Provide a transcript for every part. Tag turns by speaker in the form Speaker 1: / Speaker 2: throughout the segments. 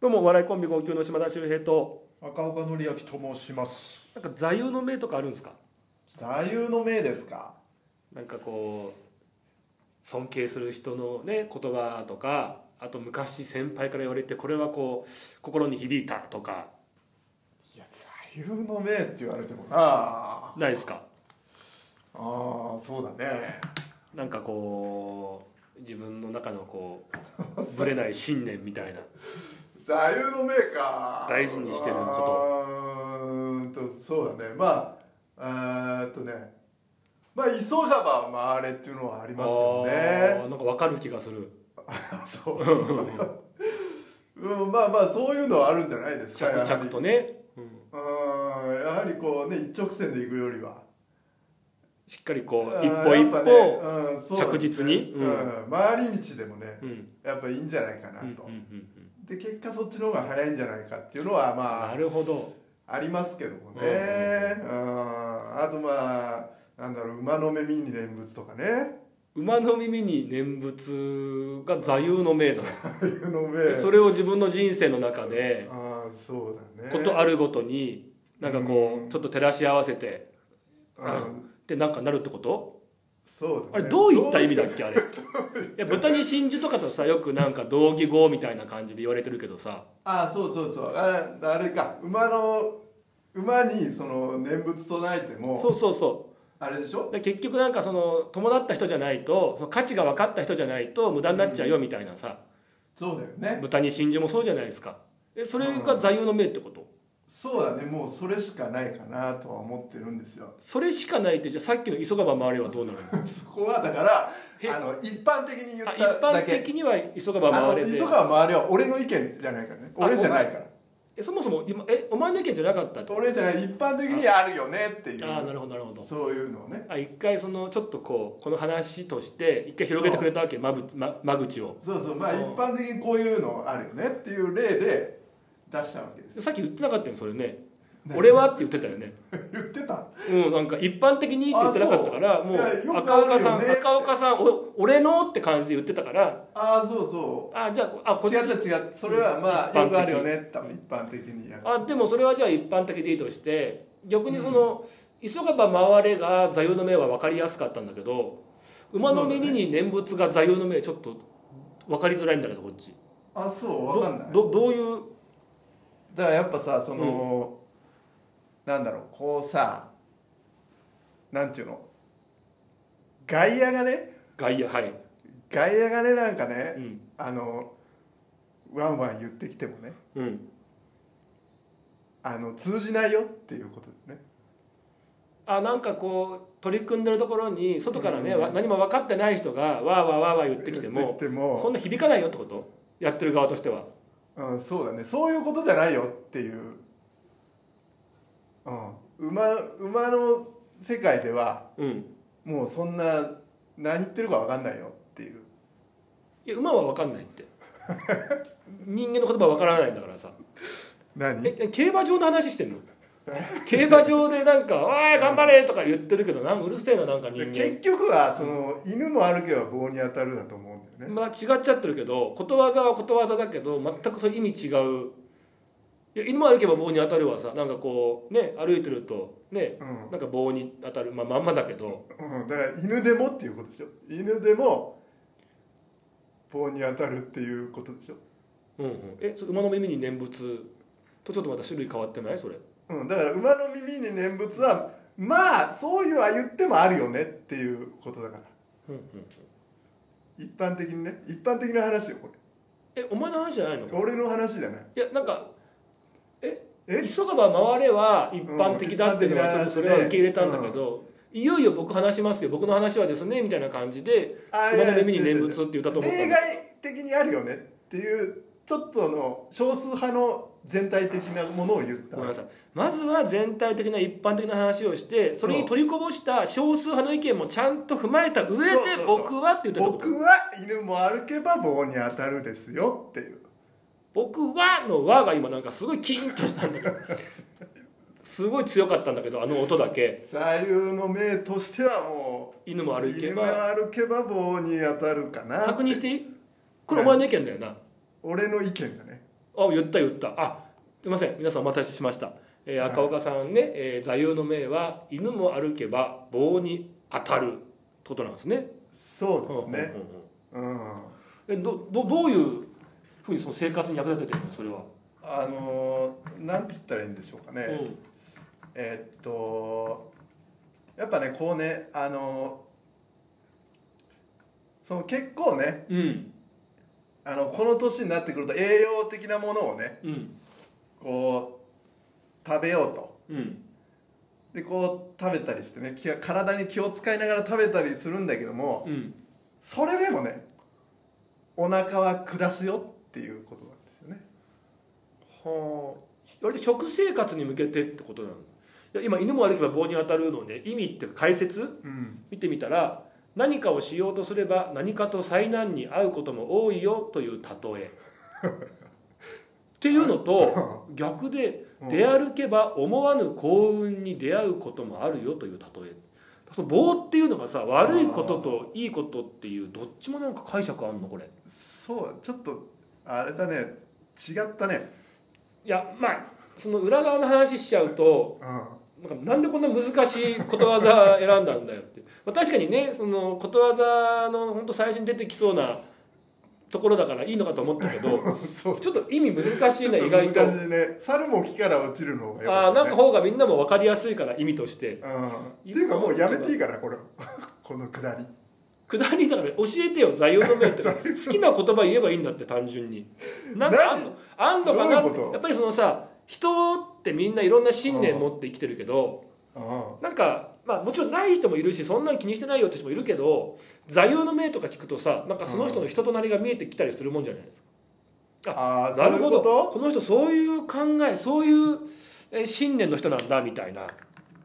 Speaker 1: どうもお笑いコンビ号泣の島田秀平と
Speaker 2: 赤岡典明と申します
Speaker 1: なんか座右の銘とかあるんですか
Speaker 2: 座右の銘ですか
Speaker 1: なんかこう尊敬する人のね言葉とかあと昔先輩から言われてこれはこう心に響いたとか
Speaker 2: いや座右の銘って言われてもなあ
Speaker 1: ないですか
Speaker 2: あーそうだね
Speaker 1: なんかこう自分の中のこうぶれない信念みたいな
Speaker 2: 座右の銘か
Speaker 1: 大事にしてること
Speaker 2: とうーんとそうだねまあえーっとねまあ急がば回れっていうのはありますよ
Speaker 1: あ
Speaker 2: ね
Speaker 1: ーなんかわかる気がする
Speaker 2: そううんまあまあそういうのはあるんじゃないですか
Speaker 1: 着々とね、うん、
Speaker 2: やはりうんやはりこうね一直線で行くよりは
Speaker 1: しっかりこ
Speaker 2: あ
Speaker 1: う
Speaker 2: ー
Speaker 1: 一歩一
Speaker 2: やっぱ
Speaker 1: 歩、
Speaker 2: ねうんそうだね
Speaker 1: 着実に
Speaker 2: う
Speaker 1: うん
Speaker 2: ん回り道でもね、
Speaker 1: うん
Speaker 2: やっぱいいんじゃないかな
Speaker 1: うんうん
Speaker 2: と、
Speaker 1: うん
Speaker 2: で結果そっちの方が早いんじゃないかっていうのは
Speaker 1: うん
Speaker 2: ま
Speaker 1: なるほど
Speaker 2: あありますけどもね、
Speaker 1: うん
Speaker 2: うんあとまあなんだろう馬の目見に念仏とかね
Speaker 1: 馬の耳に念仏が座右の 銘だな
Speaker 2: ああいうの目
Speaker 1: それを自分の人生の中で
Speaker 2: ああそうだね
Speaker 1: ことあるごとになんかこ
Speaker 2: うん
Speaker 1: うちょっと照らし合わせて
Speaker 2: うん
Speaker 1: でなんかなるってこと
Speaker 2: そう
Speaker 1: あ
Speaker 2: だね
Speaker 1: れどういった意味だっけあれいや豚に真珠とかとさよくなんか同義語みたいな感じで言われてるけどさ
Speaker 2: ああそうそうそうああれか馬の馬にその念仏唱えて
Speaker 1: そ
Speaker 2: も
Speaker 1: うそうそ
Speaker 2: あれでしょ
Speaker 1: うで結局なんかその伴った人じゃないとその価値が分かった人じゃないと無駄になっちゃうよみたいなさ
Speaker 2: そうだよね
Speaker 1: 豚に真珠もそうじゃないですかえそれが座右の銘ってこと
Speaker 2: そうだねもうそれしかないかなとは思ってるんですよ
Speaker 1: それしかないってじゃあさっきの急がば回れはどうなるの
Speaker 2: そこはだからあの一般的に言
Speaker 1: あ
Speaker 2: っ
Speaker 1: 一
Speaker 2: ただ
Speaker 1: 般
Speaker 2: け
Speaker 1: 的には急がば
Speaker 2: あの
Speaker 1: 回れで
Speaker 2: 磯川周りは俺の意見じゃないからね
Speaker 1: あ
Speaker 2: 俺じゃないから
Speaker 1: えそもそも今えお前の意見じゃなかったって
Speaker 2: 俺じゃない一般的にあるよねってい
Speaker 1: ああな
Speaker 2: う
Speaker 1: るほどなるほど
Speaker 2: そういうのをね
Speaker 1: あ一回そのちょっとこうこの話として一回広げてくれたわけ間ぶま間口を
Speaker 2: そうそうまあ
Speaker 1: うん
Speaker 2: 一般的にこういうのあるよねっていう例で出したわけです
Speaker 1: さっき言ってなかったよそれね俺はって言ってたよね
Speaker 2: 言ってた
Speaker 1: うんなんか一般的にって言ってなかったから
Speaker 2: あそう
Speaker 1: もう
Speaker 2: いやよく
Speaker 1: 赤岡さ
Speaker 2: あ
Speaker 1: ん
Speaker 2: るよねって
Speaker 1: 赤岡さんお俺のって感じで言ってたから
Speaker 2: ああそうそ
Speaker 1: あじゃああこ
Speaker 2: う
Speaker 1: っち
Speaker 2: 違った違ったそれはま
Speaker 1: 一般的
Speaker 2: あよくあるよね多分一般的にやる
Speaker 1: あでもそれはじゃあ一般的でいいとして逆にその、急がば回れが座右の銘は分かりやすかったんだけど馬の耳に念仏が座右の銘ちょっと分かりづらいんだけどこっち
Speaker 2: あそうわかんない
Speaker 1: どどどういう
Speaker 2: だからやっぱさその、なんだろうこうさなんていうの外野がね
Speaker 1: 外野はい、
Speaker 2: 外野がねなんか
Speaker 1: う
Speaker 2: ね、
Speaker 1: ん
Speaker 2: あのワンワン言ってきてもね
Speaker 1: うん、
Speaker 2: あの通じないよっていうことでね
Speaker 1: あなんかこう取り組んでるところに外からね、わ何も分かってない人がわーわーわーわー言ってきて
Speaker 2: 言っ
Speaker 1: も
Speaker 2: てきても
Speaker 1: そんな響かないよってことやってる側としては
Speaker 2: うん、そうだねそういうことじゃないよっていう、うん、馬馬の世界では
Speaker 1: うん
Speaker 2: もうそんな何言ってるか分かんないよっていう
Speaker 1: いや馬は分かんないって 人間の言葉分からないんだからさ
Speaker 2: 何
Speaker 1: ええ競馬場の話してんの競馬場でなん か「おい頑張れ!」とか言ってるけどなんかうるせえななんか人間
Speaker 2: 結局はその犬も歩けば棒に当たるだと思うんだよね
Speaker 1: まあ違っちゃってるけどことわざはことわざだけど全くそれ意味違ういや犬も歩けば棒に当たるはさなんかこうね歩いてるとね、
Speaker 2: うん
Speaker 1: なんか棒に当たる、まあ、まんまだけど
Speaker 2: うん、だから犬でもっていうことでしょ犬でも棒に当たるっていうことでしょ、
Speaker 1: うんうんえそれ馬の耳に念仏とちょっとまた種類変わってないそれ
Speaker 2: うん、だから馬の耳に念仏はまあそういうは言ってもあるよねっていうことだから
Speaker 1: うんうん
Speaker 2: 一般的にね一般的な話よこ
Speaker 1: えお前の話じゃないの
Speaker 2: れ俺の話じゃない
Speaker 1: いやなんかえ
Speaker 2: え
Speaker 1: 急がば回れは一般的だっていうのはち
Speaker 2: うん
Speaker 1: ょっとそれは受け入れたんだけど、いよいよ僕話しますよ僕の話はですねみたいな感じで
Speaker 2: あい
Speaker 1: 馬
Speaker 2: や
Speaker 1: の耳に念仏って言ったと思った
Speaker 2: 例
Speaker 1: んだ
Speaker 2: 外的にあるよねっていうちょっとの少数派の全体的なものを言った
Speaker 1: ごめんなさいまずは全体的な一般的な話をしてそれに
Speaker 2: そう
Speaker 1: 取りこぼした少数派の意見もちゃんと踏まえた上で
Speaker 2: そうそうそう
Speaker 1: 僕はって言ってたこと
Speaker 2: 僕は犬も歩けば棒に当たるですよっていう
Speaker 1: 僕はの「は」が今なんかすごいキーンとしたんだけどすごい強かったんだけどあの音だけ
Speaker 2: 座右の銘としてはもう
Speaker 1: 犬も歩けば
Speaker 2: 犬も歩けば棒に当たるかな
Speaker 1: 確認していいこれお前の意見だよな
Speaker 2: 俺の意見だね
Speaker 1: あ言った言ったあすいません皆さんお待たせしました、えー赤岡さんね、えー座右の銘は「犬も歩けば棒に当たる」ってことなんですね
Speaker 2: そうですね
Speaker 1: うんうん
Speaker 2: うん
Speaker 1: うんうんえどどどういうふうにその生活に役立ててるのそれは、
Speaker 2: あのー、なんて言ったらいいんでしょうかね、
Speaker 1: うん
Speaker 2: えーっとやっぱねこうねあのーその結構ね
Speaker 1: うん
Speaker 2: あのこの年になってくると栄養的なものをね
Speaker 1: うん
Speaker 2: こう食べようと
Speaker 1: うん
Speaker 2: でこう食べたりしてね気が体に気を使いながら食べたりするんだけども
Speaker 1: うん
Speaker 2: それでもねお腹は下すよっていうことなんですよね
Speaker 1: はあ割と食生活に向けてってことなのいや今犬も歩けば棒に当たるので意味って解説
Speaker 2: うん
Speaker 1: 見てみたら何かをしようとすれば何かと災難に遭うことも多いよという例え っていうのと逆で
Speaker 2: うん
Speaker 1: 出歩けば思わぬ幸運に出会うこともあるよという例えその棒っていうのがさ悪いことといいことっていうどっちもなんか解釈あんのこれ
Speaker 2: そうちょっとあれだね違ったね
Speaker 1: いやまあその裏側の話しちゃうと
Speaker 2: うん
Speaker 1: なんかなんでこんな難しいことわざ選んだんだよって、まあ、確かにねそのことわざの本当最初に出てきそうなところだからいいのかと思ったけど
Speaker 2: そう
Speaker 1: ちょっと意味難しい
Speaker 2: ちょっ
Speaker 1: ね
Speaker 2: と
Speaker 1: 意外と
Speaker 2: 難しいね猿も木から落ちるのがよ
Speaker 1: ああ
Speaker 2: か
Speaker 1: な
Speaker 2: っ
Speaker 1: ん
Speaker 2: た
Speaker 1: か
Speaker 2: ね
Speaker 1: 方がみんなも分かりやすいから意味として
Speaker 2: うんっていうかもうやめていいからこれ このくだり
Speaker 1: 下りだから教えてよ座右の銘って好きな言葉言えばいいんだって単純になんかあんのあんのかなって
Speaker 2: どういうこと
Speaker 1: やっぱりそのさ人ってみんないろんな信念持って生きてるけど、
Speaker 2: うん
Speaker 1: なんか、まあ、もちろんない人もいるしそんなん気にしてないよって人もいるけど座右の銘とか聞くとさなんかその人の人となりが見えてきたりするもんじゃないです
Speaker 2: あ
Speaker 1: か、
Speaker 2: あ
Speaker 1: な
Speaker 2: そう
Speaker 1: る
Speaker 2: いう
Speaker 1: ほ
Speaker 2: こ
Speaker 1: ど
Speaker 2: と
Speaker 1: この人そういう考えそういうえー信念の人なんだみたいな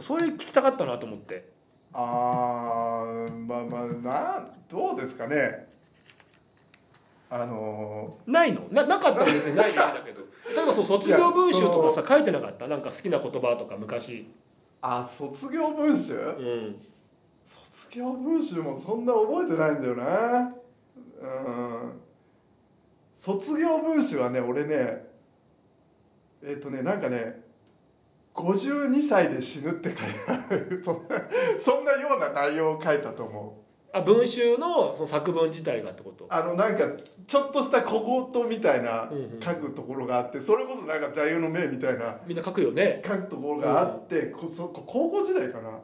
Speaker 1: それ聞きたかったなと思って
Speaker 2: ああまあまあなどうですかねあの
Speaker 1: ないのななかったら別にないでいいんだけ ど例えばそう卒業文集とかさ書いてなかったなんか好きな言葉とか昔、
Speaker 2: ー、あ卒業文集
Speaker 1: うん、
Speaker 2: 卒業文集もそんな覚えてないんだよなうん卒業文集はね俺ねえっ、とねなんかね52歳で死ぬって書いてあるそんなそんなような内容を書いたと思う
Speaker 1: あ文集のその作文自体がってこと
Speaker 2: あのなんかちょっとした小言みたいな
Speaker 1: うんうん
Speaker 2: 書くところがあってそれこそなんか座右の銘みたいな
Speaker 1: みんな書くよね
Speaker 2: 書くところがあって、こそこ高校時代かな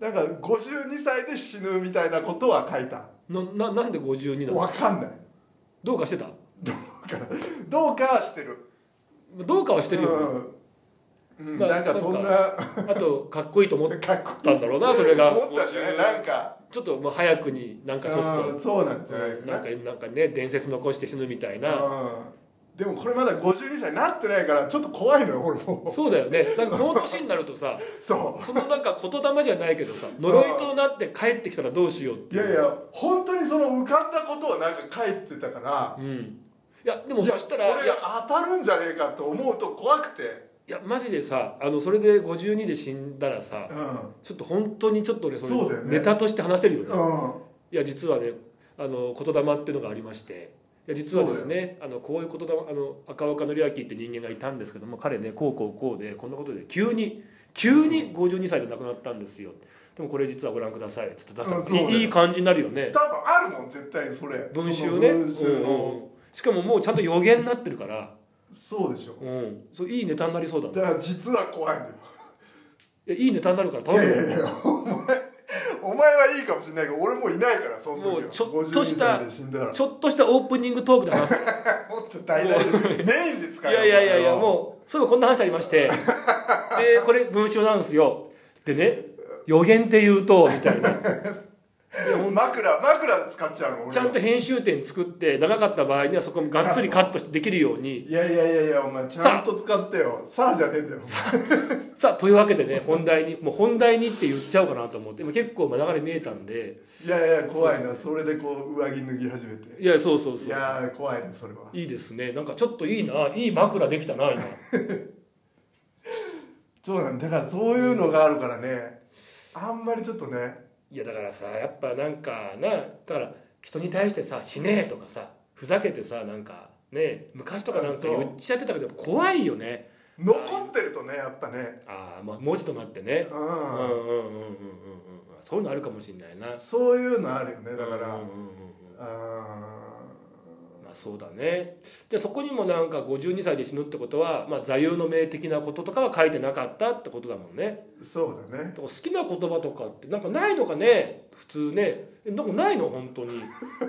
Speaker 2: なんか52歳で死ぬみたいなことは書いた
Speaker 1: なななんで52なの
Speaker 2: わかんない
Speaker 1: どうかしてた
Speaker 2: どうかどうかはしてる
Speaker 1: どうかはしてるよね、
Speaker 2: うんうん
Speaker 1: まあ
Speaker 2: なんかそんな
Speaker 1: あとかっこいいと思っ
Speaker 2: かっこいい
Speaker 1: たんだろうなそれが
Speaker 2: 思ったんじゃないなんか
Speaker 1: ちょっともう早くになんかちょ
Speaker 2: うん
Speaker 1: っ
Speaker 2: そうなんじ
Speaker 1: と
Speaker 2: ゃないかな
Speaker 1: なんかなんかね伝説残して死ぬみたいな
Speaker 2: うんでもこれまだ52歳になってないからちょっと怖いのよ俺も
Speaker 1: そうだよねなんかこの年になるとさ
Speaker 2: そ
Speaker 1: そのなんか言霊じゃないけどさ呪いとなって帰ってきたらどうしようっ
Speaker 2: う
Speaker 1: て
Speaker 2: い
Speaker 1: いう
Speaker 2: やいや本当にその浮かんだことをなんか書いてたから
Speaker 1: うんいやでも
Speaker 2: いや
Speaker 1: そしたらい
Speaker 2: これ
Speaker 1: や
Speaker 2: 当たるんじゃねえかと思うと怖くて
Speaker 1: いやマジでさあのそれで52で死んだらさ
Speaker 2: うん
Speaker 1: ちょっと本当にちょっと俺それ
Speaker 2: そうだよね
Speaker 1: ネタとして話せるよね
Speaker 2: うん
Speaker 1: いや実はねあの言霊っていうのがありましていや実はですねあのこういう言霊あの赤岡典明って人間がいたんですけども彼ねこうこうこうでこんなことで急に急に52歳で亡くなったんですよでもこれ実はご覧くださいつって出したら
Speaker 2: うんそうだよ
Speaker 1: いいいい感じになるよね
Speaker 2: 多分あるもん絶対にそれ
Speaker 1: 文集
Speaker 2: その
Speaker 1: ね
Speaker 2: 文集の、
Speaker 1: うんうんしかももうちゃんと予言になってるから、
Speaker 2: そうでしょ
Speaker 1: うん、そういいネタになりそうだもんい
Speaker 2: だから実は怖いのよ
Speaker 1: やいいネタになるから
Speaker 2: いやい
Speaker 1: 頼む
Speaker 2: やいやお前お前はいいかもしれないけど俺もういないからその時は
Speaker 1: もうちょっとした
Speaker 2: 52歳で死んだら
Speaker 1: ちょっとしたオープニングトークで話す
Speaker 2: もっと大々でメインです か
Speaker 1: い
Speaker 2: ら
Speaker 1: やいやいやいや
Speaker 2: う
Speaker 1: もうそういえばこんな話ありまして でこれ文章なんですよでね予言って言うとみたいないやほん
Speaker 2: 枕枕で使っちゃうの俺は
Speaker 1: ちゃんと編集点作って長かった場合にはそこもがっつりカットできるように
Speaker 2: いやいやいやいやお前ちゃんと使ってよさあじゃねえんだよ
Speaker 1: さあというわけでね本題にもう本題にって言っちゃおうかなと思ってでも結構まあ流れ見えたんで
Speaker 2: いやいや怖いなそれでこう上着脱ぎ始めて
Speaker 1: いやそうそうそ
Speaker 2: いうやー怖いねそれはい
Speaker 1: いですねなんかちょっといいないい枕できたな今
Speaker 2: そうなんだだからそういうのがあるからねあんまりちょっとね
Speaker 1: いやだからさやっぱなんかなだから人に対してさ「死ねえ」とかさふざけてさなんかね昔とかなんか
Speaker 2: そう
Speaker 1: 言っちゃってたけどやっぱ怖いよね
Speaker 2: 残ってるとねやっぱね
Speaker 1: ああ、まあ、文字となってねうんうんうんう
Speaker 2: う
Speaker 1: んうんうんそういうのあるかもしれないなん
Speaker 2: そういうのあるよねだか
Speaker 1: うんうん
Speaker 2: ら
Speaker 1: うんうん
Speaker 2: あ
Speaker 1: まあそうだねじゃあそこにもなんか52歳で死ぬってことは、まあ、座右の銘的なこととかは書いてなかったってことだもんね
Speaker 2: ーそうだね
Speaker 1: だから好きな言葉とかってなんかないのかね普通ねえなんかないの本当に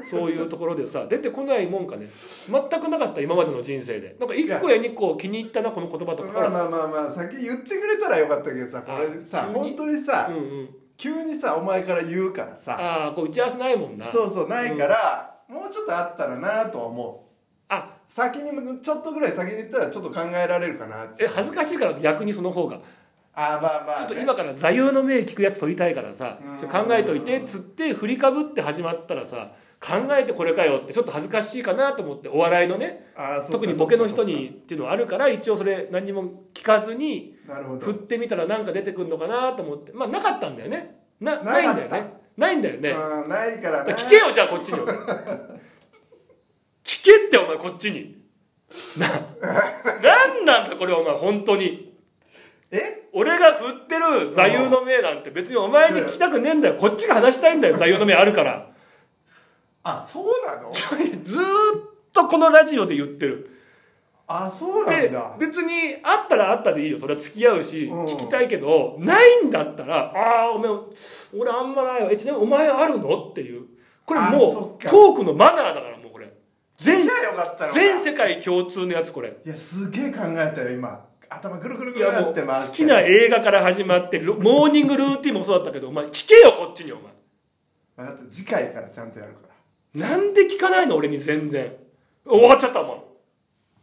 Speaker 1: そういうところでさ 出てこないもんかね全くなかった今までの人生でなんか1個や2個気に入ったなこの言葉とか
Speaker 2: まあまあまあまあ先言ってくれたらよかったけどさこれさ
Speaker 1: あ急に
Speaker 2: 本当にさ
Speaker 1: うんうん、
Speaker 2: 急にさお前から言うからさ
Speaker 1: ああこう打ち合わせないもんな
Speaker 2: そうそうないからもうちょっとあったらなとは思う
Speaker 1: あ
Speaker 2: 先にもちょっとぐらい先に言ったらちょっと考えられるかなって
Speaker 1: え恥ずかしいから逆にその方が
Speaker 2: あーまあまあ、ね、
Speaker 1: ちょっと今から座右の銘聞くやつ取りたいからさ
Speaker 2: うん
Speaker 1: ちょっと考えといてっつって振りかぶって始まったらさ考えてこれかよってちょっと恥ずかしいかなと思ってお笑いのね
Speaker 2: あーそっか
Speaker 1: 特にボケの人
Speaker 2: そっ
Speaker 1: にっていうのはあるから一応それ何にも聞かずに
Speaker 2: かなるほど
Speaker 1: 振ってみたらなんか出てくるのかなと思ってまあなかったんだよねな
Speaker 2: なかっ
Speaker 1: ないん
Speaker 2: た
Speaker 1: だよねないんだよね
Speaker 2: うんないか
Speaker 1: だ
Speaker 2: ら
Speaker 1: か
Speaker 2: ね
Speaker 1: ら聞けよじゃあこっちに聞けってお前こっちにななんなんだこれお前本当に
Speaker 2: え
Speaker 1: 俺が振ってる座右の銘なんて別にお前に聞きたくねえんだよこっちが話したいんだよ座右の銘あるから
Speaker 2: あそうなの
Speaker 1: ずーっとこのラジオで言ってる
Speaker 2: あそうなん
Speaker 1: で
Speaker 2: だ
Speaker 1: 別にあったらあったでいいよそれは付き合うし
Speaker 2: うん
Speaker 1: 聞きたいけどないんだったらああお前俺あんまないわえちなみにお前あるのっていうこれ
Speaker 2: あーそ
Speaker 1: も
Speaker 2: っ
Speaker 1: う
Speaker 2: か
Speaker 1: トークのマナーだからもうこれ全
Speaker 2: じゃあよかったのか
Speaker 1: 全世界共通のやつこれ
Speaker 2: いやすげえ考えたよ今頭ぐるぐる
Speaker 1: い
Speaker 2: ぐる
Speaker 1: やも
Speaker 2: っ
Speaker 1: う
Speaker 2: て回して
Speaker 1: 好きな映画から始まってロモーニングルーティンもそうだったけどお前聞けよこっちにお前
Speaker 2: 分かった次回からちゃんとやるから
Speaker 1: なんで聞かないの俺に全然終わっちゃったも